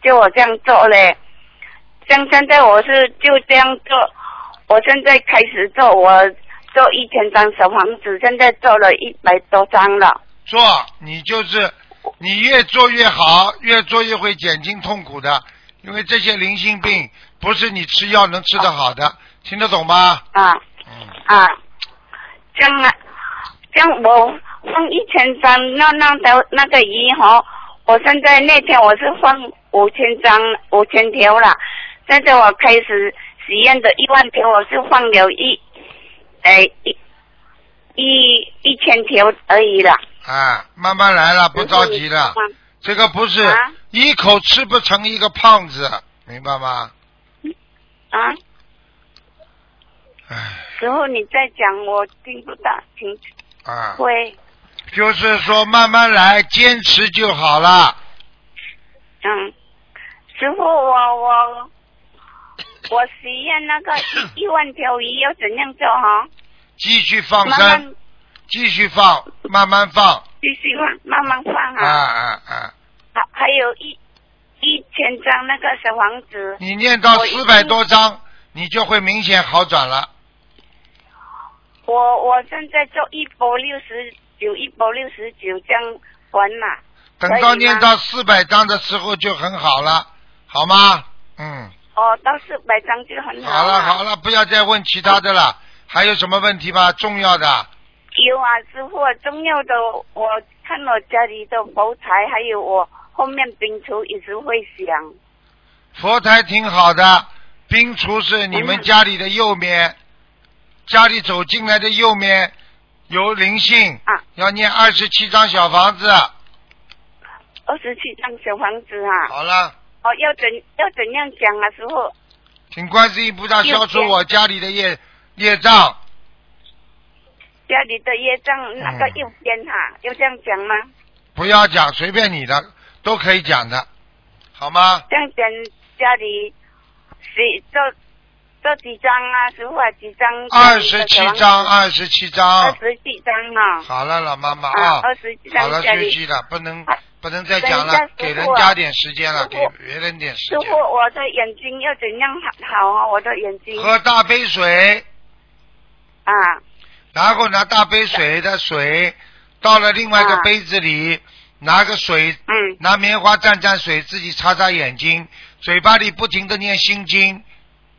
[SPEAKER 6] 叫我这样做嘞。像现在我是就这样做，我现在开始做，我做一千张小房子，现在做了一百多张了。
[SPEAKER 1] 做你就是你越做越好，越做越会减轻痛苦的，因为这些灵性病不是你吃药能吃得好的，听得懂吗？
[SPEAKER 6] 啊
[SPEAKER 1] 嗯，
[SPEAKER 6] 啊，这样啊，这样我放一千张，那那条那个鱼哈，我现在那天我是放五千张五千条了，现在我开始实验的一万条，我是放了一，哎一。一一千条而已了，
[SPEAKER 1] 啊，慢慢来了，不着急的。这个不是
[SPEAKER 6] 啊
[SPEAKER 1] 一口吃不成一个胖子，明白吗？
[SPEAKER 6] 啊！
[SPEAKER 1] 唉，
[SPEAKER 6] 时候你再讲我听不到，请
[SPEAKER 1] 啊，
[SPEAKER 6] 会，
[SPEAKER 1] 就是说慢慢来，坚持就好了。
[SPEAKER 6] 嗯，师傅，我我我实验
[SPEAKER 1] [coughs]
[SPEAKER 6] 那个一万条鱼要怎样做哈？
[SPEAKER 1] 继续放
[SPEAKER 6] 慢
[SPEAKER 1] 生，
[SPEAKER 6] 慢
[SPEAKER 1] 继续放，慢慢放，
[SPEAKER 6] 继续放，慢慢放
[SPEAKER 1] 啊
[SPEAKER 6] 啊。
[SPEAKER 1] 啊啊！
[SPEAKER 6] 还、还有一一千张那个小房子，
[SPEAKER 1] 你念到
[SPEAKER 6] 我已
[SPEAKER 1] 四百
[SPEAKER 6] 经
[SPEAKER 1] 多章，你就会明显好转了。
[SPEAKER 6] 我我现在做一波六十九，一波六十九这样还嘛。
[SPEAKER 1] 等
[SPEAKER 6] 可以
[SPEAKER 1] 到
[SPEAKER 6] 吗
[SPEAKER 1] 念到四百章的时候就很好了，好吗？嗯，
[SPEAKER 6] 哦，到四百张就很
[SPEAKER 1] 好
[SPEAKER 6] 了。
[SPEAKER 1] 了好了，不要再问其他的了。还有什么问题吗？重要的。
[SPEAKER 6] 有啊，师傅，重要的我看我家里的佛台，还有我后面冰橱一直会响。
[SPEAKER 1] 佛台挺好的，冰橱是你们家里的右面，家里走进来的右面有灵性，
[SPEAKER 6] 啊
[SPEAKER 1] 要念二十七张小房子。
[SPEAKER 6] 二十七张小房子啊，
[SPEAKER 1] 好了，
[SPEAKER 6] 哦，要怎要怎样讲啊，师傅？
[SPEAKER 1] 请观世音菩萨消除
[SPEAKER 6] 右边
[SPEAKER 1] 我家里的业业障。
[SPEAKER 6] 家里的业障那个
[SPEAKER 1] 嗯
[SPEAKER 6] 右边哈、要这样讲吗？
[SPEAKER 1] 不要讲，随便你的，都可以讲的，好吗？
[SPEAKER 6] 这样讲家里谁做做几张啊，师傅啊，几张？
[SPEAKER 1] 二十七张，二十七
[SPEAKER 6] 二
[SPEAKER 1] 张。
[SPEAKER 6] 十七张啊，
[SPEAKER 1] 好了，老妈妈
[SPEAKER 6] 啊
[SPEAKER 1] 啊，
[SPEAKER 6] 二十七
[SPEAKER 1] 好了，
[SPEAKER 6] 张家
[SPEAKER 1] 休
[SPEAKER 6] 里。
[SPEAKER 1] 息了，不能
[SPEAKER 6] 啊
[SPEAKER 1] 不能再
[SPEAKER 6] 等
[SPEAKER 1] 讲
[SPEAKER 6] 一
[SPEAKER 1] 了
[SPEAKER 6] 下师，
[SPEAKER 1] 给人
[SPEAKER 6] 傅啊
[SPEAKER 1] 家点时间了，
[SPEAKER 6] 师
[SPEAKER 1] 给
[SPEAKER 6] 傅
[SPEAKER 1] 别人点时
[SPEAKER 6] 师
[SPEAKER 1] 间
[SPEAKER 6] 傅，。我的眼睛要怎样好啊？我的眼睛
[SPEAKER 1] 喝大杯水。
[SPEAKER 6] 啊，
[SPEAKER 1] 然后拿大杯水的水倒了另外一个
[SPEAKER 6] 啊
[SPEAKER 1] 杯子里，拿个水，
[SPEAKER 6] 嗯
[SPEAKER 1] 拿棉花蘸蘸水，自己擦擦眼睛，嘴巴里不停的念心经，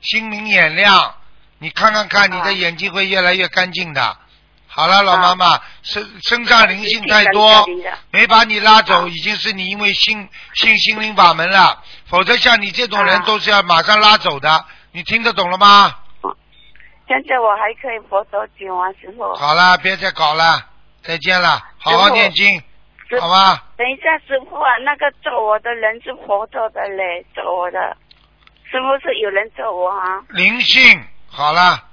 [SPEAKER 1] 心明眼亮，你看看看，你
[SPEAKER 6] 啊
[SPEAKER 1] 的眼睛会越来越干净的。好了，老妈
[SPEAKER 6] 啊
[SPEAKER 1] 妈，身身上灵性太
[SPEAKER 6] 二
[SPEAKER 1] 多
[SPEAKER 6] 十七张家里，的
[SPEAKER 1] 没把你拉走，
[SPEAKER 6] 啊
[SPEAKER 1] 已经是你因为信信心灵法门了，否则像你这种人
[SPEAKER 6] 啊
[SPEAKER 1] 都是要马上拉走的。你听得懂了吗？
[SPEAKER 6] 现在我还可以活多久啊，师傅？
[SPEAKER 1] 好了，别再搞了，再见了，好好
[SPEAKER 6] 师傅
[SPEAKER 1] 念经。
[SPEAKER 6] 师
[SPEAKER 1] 好吧？
[SPEAKER 6] 等一下，师傅啊，那个揍我的人是活着的嘞，揍我的，师傅是有人揍我啊？
[SPEAKER 1] 灵性，好了，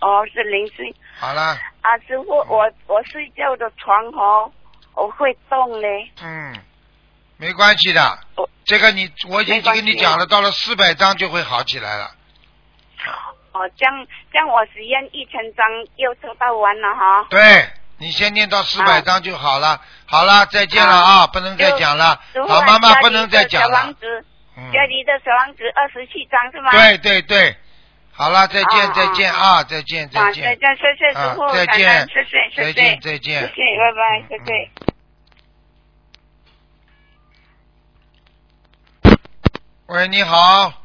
[SPEAKER 6] 哦，是灵性
[SPEAKER 1] 好了，
[SPEAKER 6] 啊，师傅，我我睡觉的床哦，我会动嘞，
[SPEAKER 1] 嗯，没关系的
[SPEAKER 6] 哦。
[SPEAKER 1] 这个你我已经
[SPEAKER 6] 没关系
[SPEAKER 1] 跟你讲了，到了四百张就会好起来了。
[SPEAKER 6] 哦，这样这样我实验一千张又做到完了哈，
[SPEAKER 1] 对，你先念到四百
[SPEAKER 6] 啊
[SPEAKER 1] 张就好了。好了，再见了啊，不能再讲了
[SPEAKER 6] 师。傅、
[SPEAKER 1] 好
[SPEAKER 6] 啊，
[SPEAKER 1] 妈妈
[SPEAKER 6] 家
[SPEAKER 1] 不
[SPEAKER 6] 里
[SPEAKER 1] 能
[SPEAKER 6] 的
[SPEAKER 1] 再讲
[SPEAKER 6] 小
[SPEAKER 1] 了
[SPEAKER 6] 王。子，
[SPEAKER 1] 嗯，
[SPEAKER 6] 家里的小王子二十七张是吗？
[SPEAKER 1] 对对对，好了，再见
[SPEAKER 6] 啊
[SPEAKER 1] 再见
[SPEAKER 6] 啊
[SPEAKER 1] 啊，再见
[SPEAKER 6] 啊，
[SPEAKER 1] 再
[SPEAKER 6] 再
[SPEAKER 1] 见，
[SPEAKER 6] 见，谢谢
[SPEAKER 1] 啊
[SPEAKER 6] 师傅，
[SPEAKER 1] 再
[SPEAKER 6] 感
[SPEAKER 1] 见
[SPEAKER 6] 恩谢谢，谢
[SPEAKER 1] 再
[SPEAKER 6] 谢，
[SPEAKER 1] 见再见
[SPEAKER 6] 谢谢，拜拜，
[SPEAKER 1] 嗯
[SPEAKER 6] 谢谢。
[SPEAKER 1] 嗯喂，你好，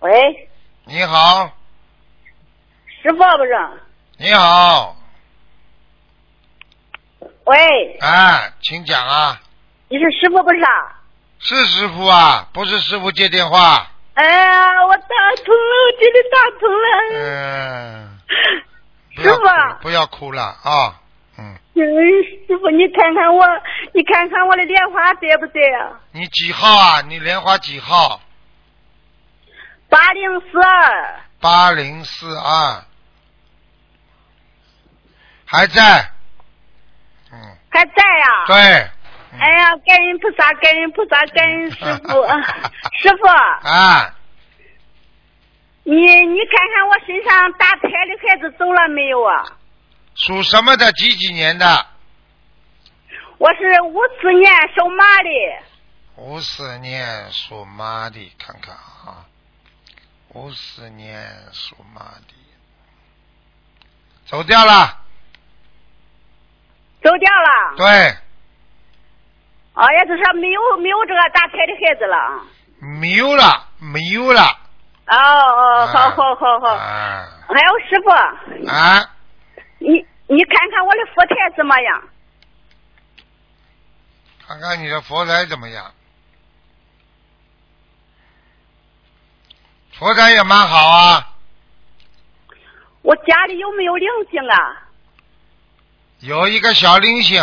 [SPEAKER 2] 喂，
[SPEAKER 1] 你好，
[SPEAKER 2] 师傅不是？
[SPEAKER 1] 你好，
[SPEAKER 2] 喂，
[SPEAKER 1] 哎，请讲啊，
[SPEAKER 2] 你是师傅不是啊？
[SPEAKER 1] 是师傅啊，不是师傅接电话，
[SPEAKER 2] 哎呀，我打通了，我真的打通了。
[SPEAKER 1] 嗯，不
[SPEAKER 2] 师
[SPEAKER 1] 要
[SPEAKER 2] 傅啊
[SPEAKER 1] 哭不要哭了啊，嗯，
[SPEAKER 2] 嗯，师傅，你看看我，你看看我的莲花对不对啊？
[SPEAKER 1] 你几号啊？你莲花几号？
[SPEAKER 2] 八零四二，
[SPEAKER 1] 八零四二，还在，嗯，
[SPEAKER 2] 还在呀、啊？
[SPEAKER 1] 对，嗯。
[SPEAKER 2] 哎呀，感恩菩萨，感恩菩萨，感恩师傅啊师傅，
[SPEAKER 1] 啊，
[SPEAKER 2] 你你看看我身上打胎的孩子走了没有啊？
[SPEAKER 1] 属什么的？几几年的？
[SPEAKER 2] 我是五四年属马的，
[SPEAKER 1] 五四年属马的，看看啊，五四年属马的，走掉了，
[SPEAKER 2] 走掉了。
[SPEAKER 1] 对，
[SPEAKER 2] 哦，也就是说没有没有这个打胎的孩子了啊。
[SPEAKER 1] 没有了，没有了，
[SPEAKER 2] 哦哦，好
[SPEAKER 1] 啊
[SPEAKER 2] 好好好。
[SPEAKER 1] 啊
[SPEAKER 2] 还有师傅，
[SPEAKER 1] 啊，
[SPEAKER 2] 你你看看我的佛台怎么样？
[SPEAKER 1] 看看你的佛台怎么样？佛台也蛮好啊，
[SPEAKER 2] 我家里有没有灵性啊？
[SPEAKER 1] 有一个小灵性，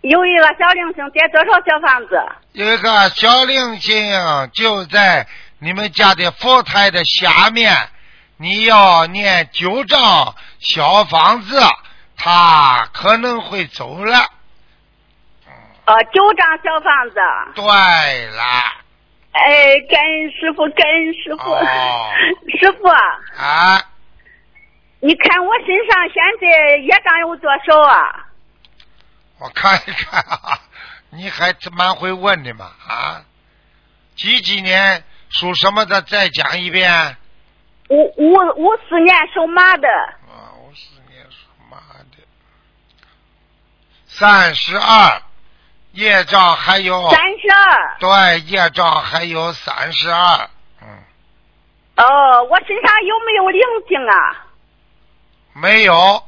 [SPEAKER 2] 有一个小灵性，得多少小房子？
[SPEAKER 1] 有一个小灵性就在你们家的佛台的下面，你要念九张小房子，他可能会走了。
[SPEAKER 2] 呃，九张小房子。
[SPEAKER 1] 对了，
[SPEAKER 2] 哎，感恩师傅，感恩师傅。
[SPEAKER 1] 哦
[SPEAKER 2] [laughs] 师傅，
[SPEAKER 1] 啊，
[SPEAKER 2] 你看我身上现在业障有多少啊？
[SPEAKER 1] [laughs] 我看一看啊，你还真蛮会问的嘛啊？几几年属什么的？再讲一遍。
[SPEAKER 2] 五五五四年属马的，
[SPEAKER 1] 啊，五四年属马的，三十二，业障还有
[SPEAKER 2] 三十二。
[SPEAKER 1] 对，业障还有三十二，嗯，
[SPEAKER 2] 哦，我身上有没有灵性啊？
[SPEAKER 1] 没有，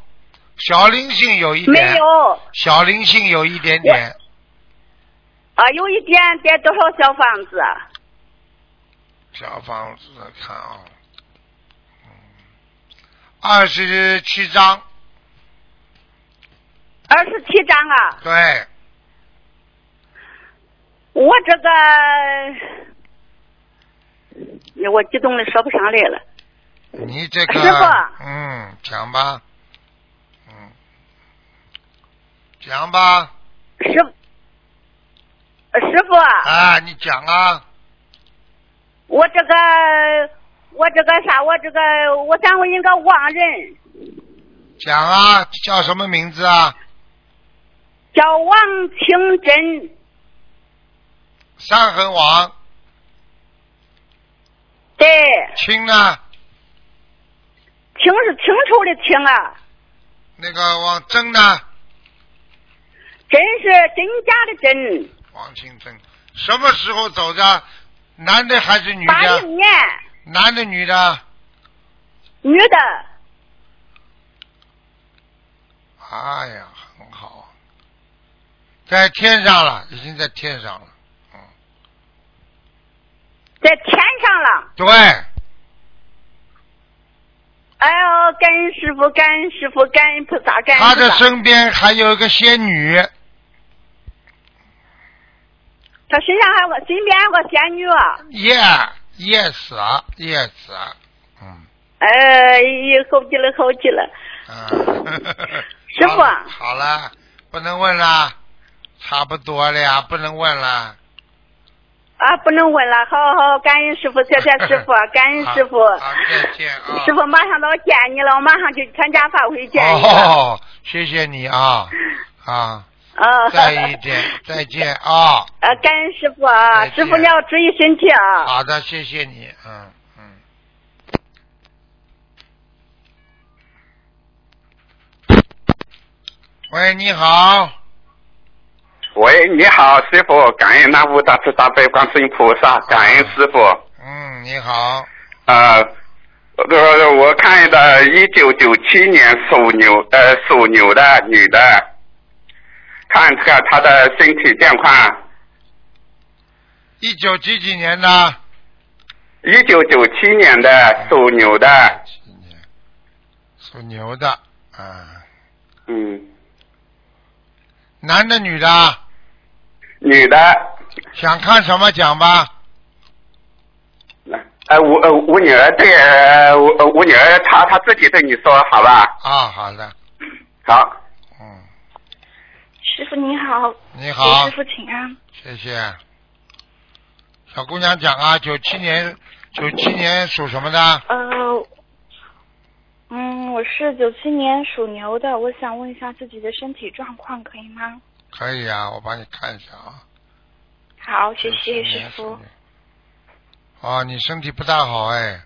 [SPEAKER 1] 小灵性有一
[SPEAKER 2] 没
[SPEAKER 1] 点，
[SPEAKER 2] 有。
[SPEAKER 1] 小灵性有一点点，
[SPEAKER 2] 啊，有一点得多少小房子？
[SPEAKER 6] 啊
[SPEAKER 1] 小房子看啊，嗯，二十七章，
[SPEAKER 2] 二十七张啊。
[SPEAKER 1] 对，
[SPEAKER 2] 我这个，哎我激动的说不上来了。
[SPEAKER 1] 你这个
[SPEAKER 2] 师傅
[SPEAKER 1] 嗯，讲吧，嗯，讲吧，
[SPEAKER 2] 师呃师傅，
[SPEAKER 1] 啊，你讲啊。
[SPEAKER 2] 我这个，我这个啥？我这个，我想问一个亡人，
[SPEAKER 1] 讲啊，叫什么名字啊？
[SPEAKER 2] 叫王清真，
[SPEAKER 1] 三横王，
[SPEAKER 2] 对，
[SPEAKER 1] 清呢？
[SPEAKER 2] 清是清楚的清啊，
[SPEAKER 1] 那个王真呢？
[SPEAKER 2] 真是真假的真。
[SPEAKER 1] 王清真，什么时候走的？男的还是女
[SPEAKER 2] 八
[SPEAKER 1] 的？
[SPEAKER 2] 零年，
[SPEAKER 1] 男的女的？
[SPEAKER 2] 女的，
[SPEAKER 1] 哎呀，很好，在天上了，已经在天上了。嗯，
[SPEAKER 2] 在天上了。
[SPEAKER 1] 对，
[SPEAKER 6] 哎呦，感恩师傅，感恩师傅，感恩菩萨，啊感恩
[SPEAKER 1] 他
[SPEAKER 6] 菩
[SPEAKER 1] 的
[SPEAKER 6] 萨。
[SPEAKER 1] 身边还有一个仙女，
[SPEAKER 6] 他身上还有个身边还有个仙女，啊
[SPEAKER 1] 耶耶死啊耶死啊，嗯
[SPEAKER 6] 哎，咦好极了，好极了。
[SPEAKER 1] 啊，
[SPEAKER 6] 师傅啊
[SPEAKER 1] 好了，不能问啦，差不多了呀，不能问啦。
[SPEAKER 6] 啊，不能问了，好好，感恩师傅，谢谢师傅，感恩师傅。
[SPEAKER 1] [laughs] 好好再见啊
[SPEAKER 6] [laughs] 师傅，马上到见你了，我马上去参加法会见你了。
[SPEAKER 1] 哦，谢谢你啊
[SPEAKER 6] [laughs]
[SPEAKER 1] 啊，
[SPEAKER 6] 啊，
[SPEAKER 1] 再一点，再见啊。
[SPEAKER 6] 呃，感恩师傅啊，
[SPEAKER 1] 再见
[SPEAKER 6] 师傅你要注意身体啊。
[SPEAKER 1] 好的，谢谢你，嗯嗯。喂，你好，
[SPEAKER 8] 喂，你好，师傅，感恩南无大慈大悲观世音菩萨，感恩师傅。
[SPEAKER 1] 嗯，你好，
[SPEAKER 8] 呃，呃，我看的，一九九七年属牛，呃，属牛的女的，看看她的身体状况。
[SPEAKER 1] 一九几几年的？
[SPEAKER 8] 一九九七年的属牛的，
[SPEAKER 1] 几年？属牛的，啊，
[SPEAKER 8] 嗯，
[SPEAKER 1] 男的女的？
[SPEAKER 8] 女的，
[SPEAKER 1] 想看什么讲吧？
[SPEAKER 8] 呃，我呃我女儿这个，呃我呃我女儿她她自己对你说好吧？
[SPEAKER 1] 啊，好的，
[SPEAKER 8] 好，
[SPEAKER 1] 嗯，
[SPEAKER 9] 师傅你好，
[SPEAKER 1] 你
[SPEAKER 9] 给
[SPEAKER 1] 好
[SPEAKER 9] 师，傅请安。
[SPEAKER 1] 谢谢。小姑娘讲啊，九七年，九七年属什么的？
[SPEAKER 9] 呃，嗯，我是九七年属牛的，我想问一下自己的身体状况，可以吗？
[SPEAKER 1] 可以啊，我帮你看一下啊。
[SPEAKER 9] 好，谢谢
[SPEAKER 1] 90
[SPEAKER 9] 师
[SPEAKER 1] 年
[SPEAKER 9] 傅。。
[SPEAKER 1] 哦，你身体不大好哎，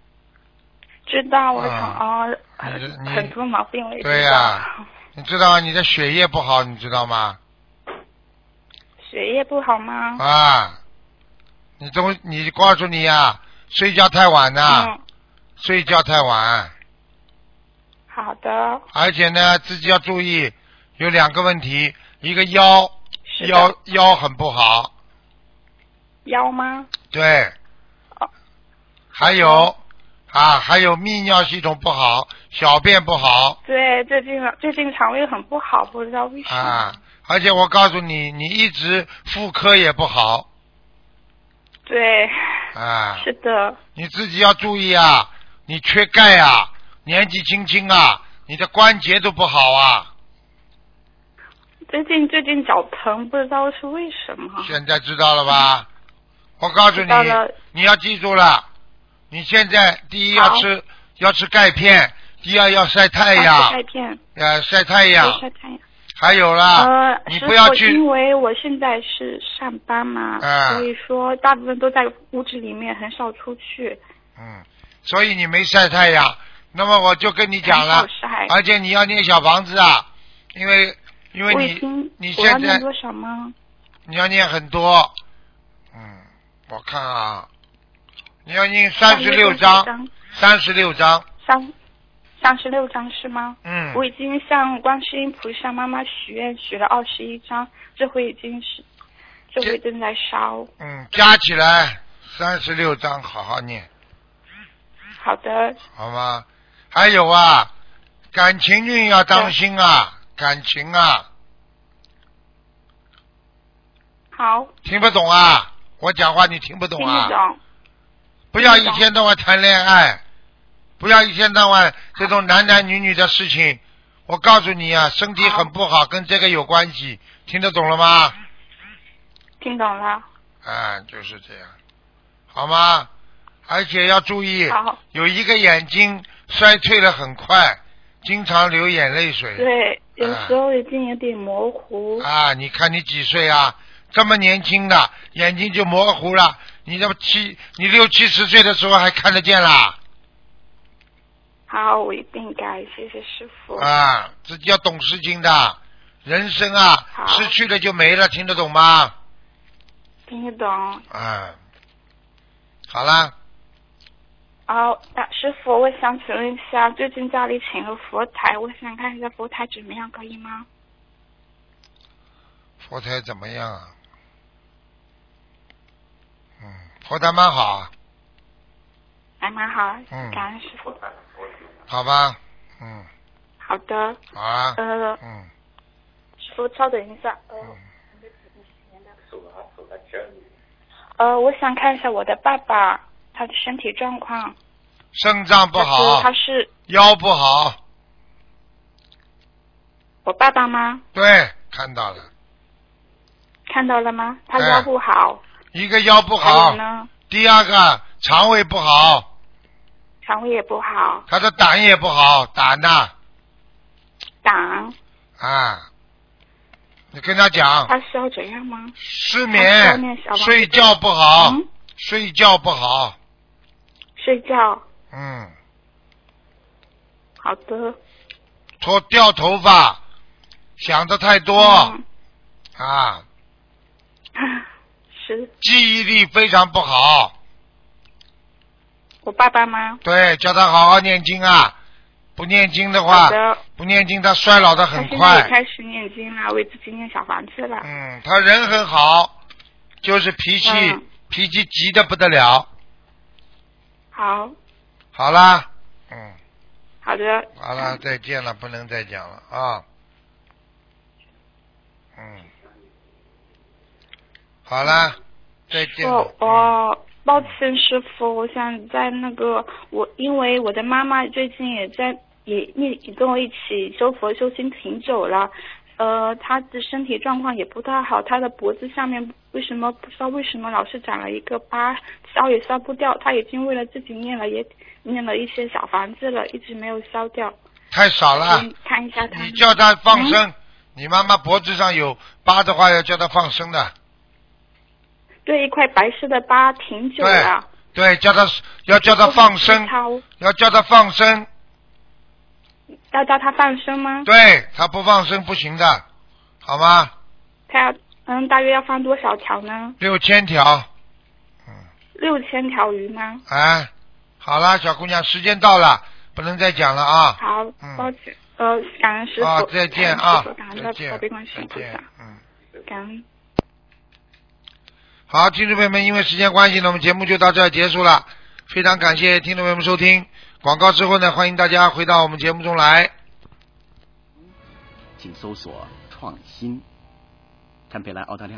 [SPEAKER 9] 知道我想
[SPEAKER 1] 啊
[SPEAKER 9] 啊、哦
[SPEAKER 1] 你
[SPEAKER 9] 很
[SPEAKER 1] 你
[SPEAKER 9] 很多毛病我也知道。
[SPEAKER 1] 对呀你知道你的血液不好，你知道吗？
[SPEAKER 9] 学业不好吗？
[SPEAKER 1] 啊，你都你告诉你呀、睡觉太晚呐、
[SPEAKER 9] 嗯，
[SPEAKER 1] 睡觉太晚，
[SPEAKER 9] 好的，
[SPEAKER 1] 而且呢自己要注意，有两个问题，一个腰
[SPEAKER 9] 是的
[SPEAKER 1] 腰腰很不好，
[SPEAKER 9] 腰吗？
[SPEAKER 1] 对，
[SPEAKER 9] 哦
[SPEAKER 1] 还有啊还有泌尿系统不好，小便不好
[SPEAKER 9] 对，最近啊最近肠胃很不好，不知道为什么。
[SPEAKER 1] 啊，而且我告诉你，你一直妇科也不好
[SPEAKER 9] 对，
[SPEAKER 1] 啊。
[SPEAKER 9] 是的，
[SPEAKER 1] 你自己要注意啊，你缺钙啊，年纪轻轻啊，你的关节都不好啊。
[SPEAKER 9] 最近最近脚疼，不知道是为什么。
[SPEAKER 1] 现在知道了吧？我告诉
[SPEAKER 9] 啊嗯知
[SPEAKER 1] 你
[SPEAKER 9] 道了，
[SPEAKER 1] 你要记住了，你现在第一要
[SPEAKER 9] 好
[SPEAKER 1] 吃要吃钙片，第二要晒太
[SPEAKER 9] 啊
[SPEAKER 1] 阳
[SPEAKER 9] 晒，片，
[SPEAKER 1] 呃，晒太
[SPEAKER 9] 多
[SPEAKER 1] 阳。
[SPEAKER 9] 晒太阳。
[SPEAKER 1] 还有啦
[SPEAKER 9] 呃，，
[SPEAKER 1] 啊你
[SPEAKER 9] 师
[SPEAKER 1] 不要
[SPEAKER 9] 傅
[SPEAKER 1] 去
[SPEAKER 9] 因为我现在是上班嘛，
[SPEAKER 1] 啊
[SPEAKER 9] 所以说大部分都在屋子里面，很少出去，
[SPEAKER 1] 嗯，所以你没晒太阳。那么我就跟你讲了
[SPEAKER 9] 很，少晒。哎
[SPEAKER 1] 而且你要念小房子啊，因为因为
[SPEAKER 9] 我已经
[SPEAKER 1] 你你，
[SPEAKER 9] 我要
[SPEAKER 1] 现在
[SPEAKER 9] 念多少吗？
[SPEAKER 1] 你要念很多，嗯，我看啊，你要念三十六章，三十六章，
[SPEAKER 9] 三三十六张是吗？
[SPEAKER 1] 嗯
[SPEAKER 9] 我，已经向观世音菩萨妈妈许愿，许了二十一张，这回已经是，这回正在烧。
[SPEAKER 1] 嗯，加起来三十六章，好好念，
[SPEAKER 9] 好的，
[SPEAKER 1] 好吗？还有啊，感情运要当心啊，感情啊，
[SPEAKER 9] 好，
[SPEAKER 1] 听不懂啊，我讲话你听不
[SPEAKER 9] 听
[SPEAKER 1] 懂
[SPEAKER 9] 得
[SPEAKER 1] 啊，
[SPEAKER 9] 懂。
[SPEAKER 1] 不要一天到晚谈恋爱，不要一天到晚这种男男女女的事情。我告诉你啊，身体很不好，跟这个有关系，听得懂了吗？
[SPEAKER 9] 听懂了，
[SPEAKER 1] 啊，就是这样，好吗？而且要注意
[SPEAKER 9] 好，
[SPEAKER 1] 有一个眼睛衰退的很快，经常流眼泪水。
[SPEAKER 9] 对，有时候已经有点模糊，
[SPEAKER 1] 啊，你看你几岁啊？这么年轻的眼睛就模糊了，你这么七，你六七十岁的时候还看得见啦？
[SPEAKER 9] 好，我一定改，谢谢师傅。
[SPEAKER 1] 啊，自己要懂事情的，人生啊，
[SPEAKER 9] 好
[SPEAKER 1] 失去了就没了，听得懂吗？
[SPEAKER 9] 听得懂。
[SPEAKER 1] 啊，好啦，
[SPEAKER 9] 哦，那师傅，我想请问一下，最近家里请了佛台，我想看一下佛台怎么样，可以吗？
[SPEAKER 1] 佛台怎么样啊？嗯，佛台蛮好啊。
[SPEAKER 9] 还蛮好，
[SPEAKER 1] 嗯
[SPEAKER 9] 感恩师傅。
[SPEAKER 1] 好吧，嗯，
[SPEAKER 9] 好的，
[SPEAKER 1] 好啊，
[SPEAKER 9] 呃，
[SPEAKER 1] 嗯，
[SPEAKER 9] 师傅稍等一下，呃，
[SPEAKER 1] 嗯
[SPEAKER 9] 呃，我想看一下我的爸爸他的身体状况，
[SPEAKER 1] 肾脏不
[SPEAKER 9] 就是
[SPEAKER 1] 好
[SPEAKER 9] 他，是
[SPEAKER 1] 腰不好，
[SPEAKER 9] 我爸爸吗？
[SPEAKER 1] 对，看到了，
[SPEAKER 9] 看到了吗？他
[SPEAKER 1] 哎
[SPEAKER 9] 腰不好，
[SPEAKER 1] 一个腰哎不
[SPEAKER 9] 还
[SPEAKER 1] 好
[SPEAKER 9] 有，呢，
[SPEAKER 1] 第二个肠胃不好，
[SPEAKER 9] 肠胃也不好，
[SPEAKER 1] 他的胆也不好，胆呐
[SPEAKER 9] 胆，
[SPEAKER 1] 啊你跟他讲，
[SPEAKER 9] 他需要怎样吗？
[SPEAKER 1] 失
[SPEAKER 9] 他需要念
[SPEAKER 1] 眠
[SPEAKER 9] 小王，
[SPEAKER 1] 睡觉不好，
[SPEAKER 9] 嗯
[SPEAKER 1] 睡觉不好，
[SPEAKER 9] 睡觉，
[SPEAKER 1] 嗯，
[SPEAKER 9] 好的，
[SPEAKER 1] 脱掉头发，想的太多、
[SPEAKER 9] 嗯， [laughs]
[SPEAKER 1] 啊，
[SPEAKER 9] 是
[SPEAKER 1] 记忆力非常不好，
[SPEAKER 9] 我爸爸吗？
[SPEAKER 1] 对，叫他好好念经啊，不念经的
[SPEAKER 9] 好
[SPEAKER 1] 话，
[SPEAKER 9] 的，
[SPEAKER 1] 不念经他衰老的
[SPEAKER 9] 他
[SPEAKER 1] 很
[SPEAKER 9] 现在也
[SPEAKER 1] 快，
[SPEAKER 9] 开始念经了，为自己念小房子了，
[SPEAKER 1] 嗯，他人很好，就是脾气、
[SPEAKER 9] 嗯
[SPEAKER 1] 脾气急的不得了，
[SPEAKER 9] 好，
[SPEAKER 1] 好啦，嗯，
[SPEAKER 9] 好的，
[SPEAKER 1] 好啦，再见了，不能再讲了啊，嗯，好啦，再见了
[SPEAKER 9] 我，我哦抱歉，师傅，我想在那个我，因为我的妈妈最近也在也也也跟我一起修佛修心挺久了，呃，她的身体状况也不太好，她的脖子下面为什么不知道为什么老是长了一个疤，消也消不掉，她已经为了自己念了也念了一些小房子了，一直没有消掉，
[SPEAKER 1] 太少了。
[SPEAKER 9] 嗯看一下她
[SPEAKER 1] 你。叫他放生，你妈妈脖子上有疤的话，要叫他放生的。
[SPEAKER 9] 对，一块白色的疤挺久了，
[SPEAKER 1] 对，叫他要叫他放生，
[SPEAKER 9] 超
[SPEAKER 1] 要叫他放生。
[SPEAKER 9] 要叫她放生吗？
[SPEAKER 1] 对他不放生不行的，好吗？
[SPEAKER 9] 她要嗯，大约要放多少条呢？
[SPEAKER 1] 六千条，
[SPEAKER 9] 六千条鱼吗？
[SPEAKER 1] 哎，好了，小姑娘，时间到了，不能再讲了啊。
[SPEAKER 9] 好
[SPEAKER 1] 嗯，
[SPEAKER 9] 抱歉，呃，感恩师傅，
[SPEAKER 1] 啊，再见啊
[SPEAKER 9] 感，恩师
[SPEAKER 1] 再
[SPEAKER 9] 傅感恩
[SPEAKER 1] 见
[SPEAKER 9] 大悲观世，
[SPEAKER 1] 再
[SPEAKER 9] 音菩
[SPEAKER 1] 见
[SPEAKER 9] 萨，，
[SPEAKER 1] 嗯。
[SPEAKER 9] 感恩。
[SPEAKER 1] 好，听众朋友们，因为时间关系呢，我们节目就到这儿结束了。非常感谢听众朋友们收听广告之后呢，欢迎大家回到我们节目中来。
[SPEAKER 10] 请搜索“创新”。堪培拉澳大利亚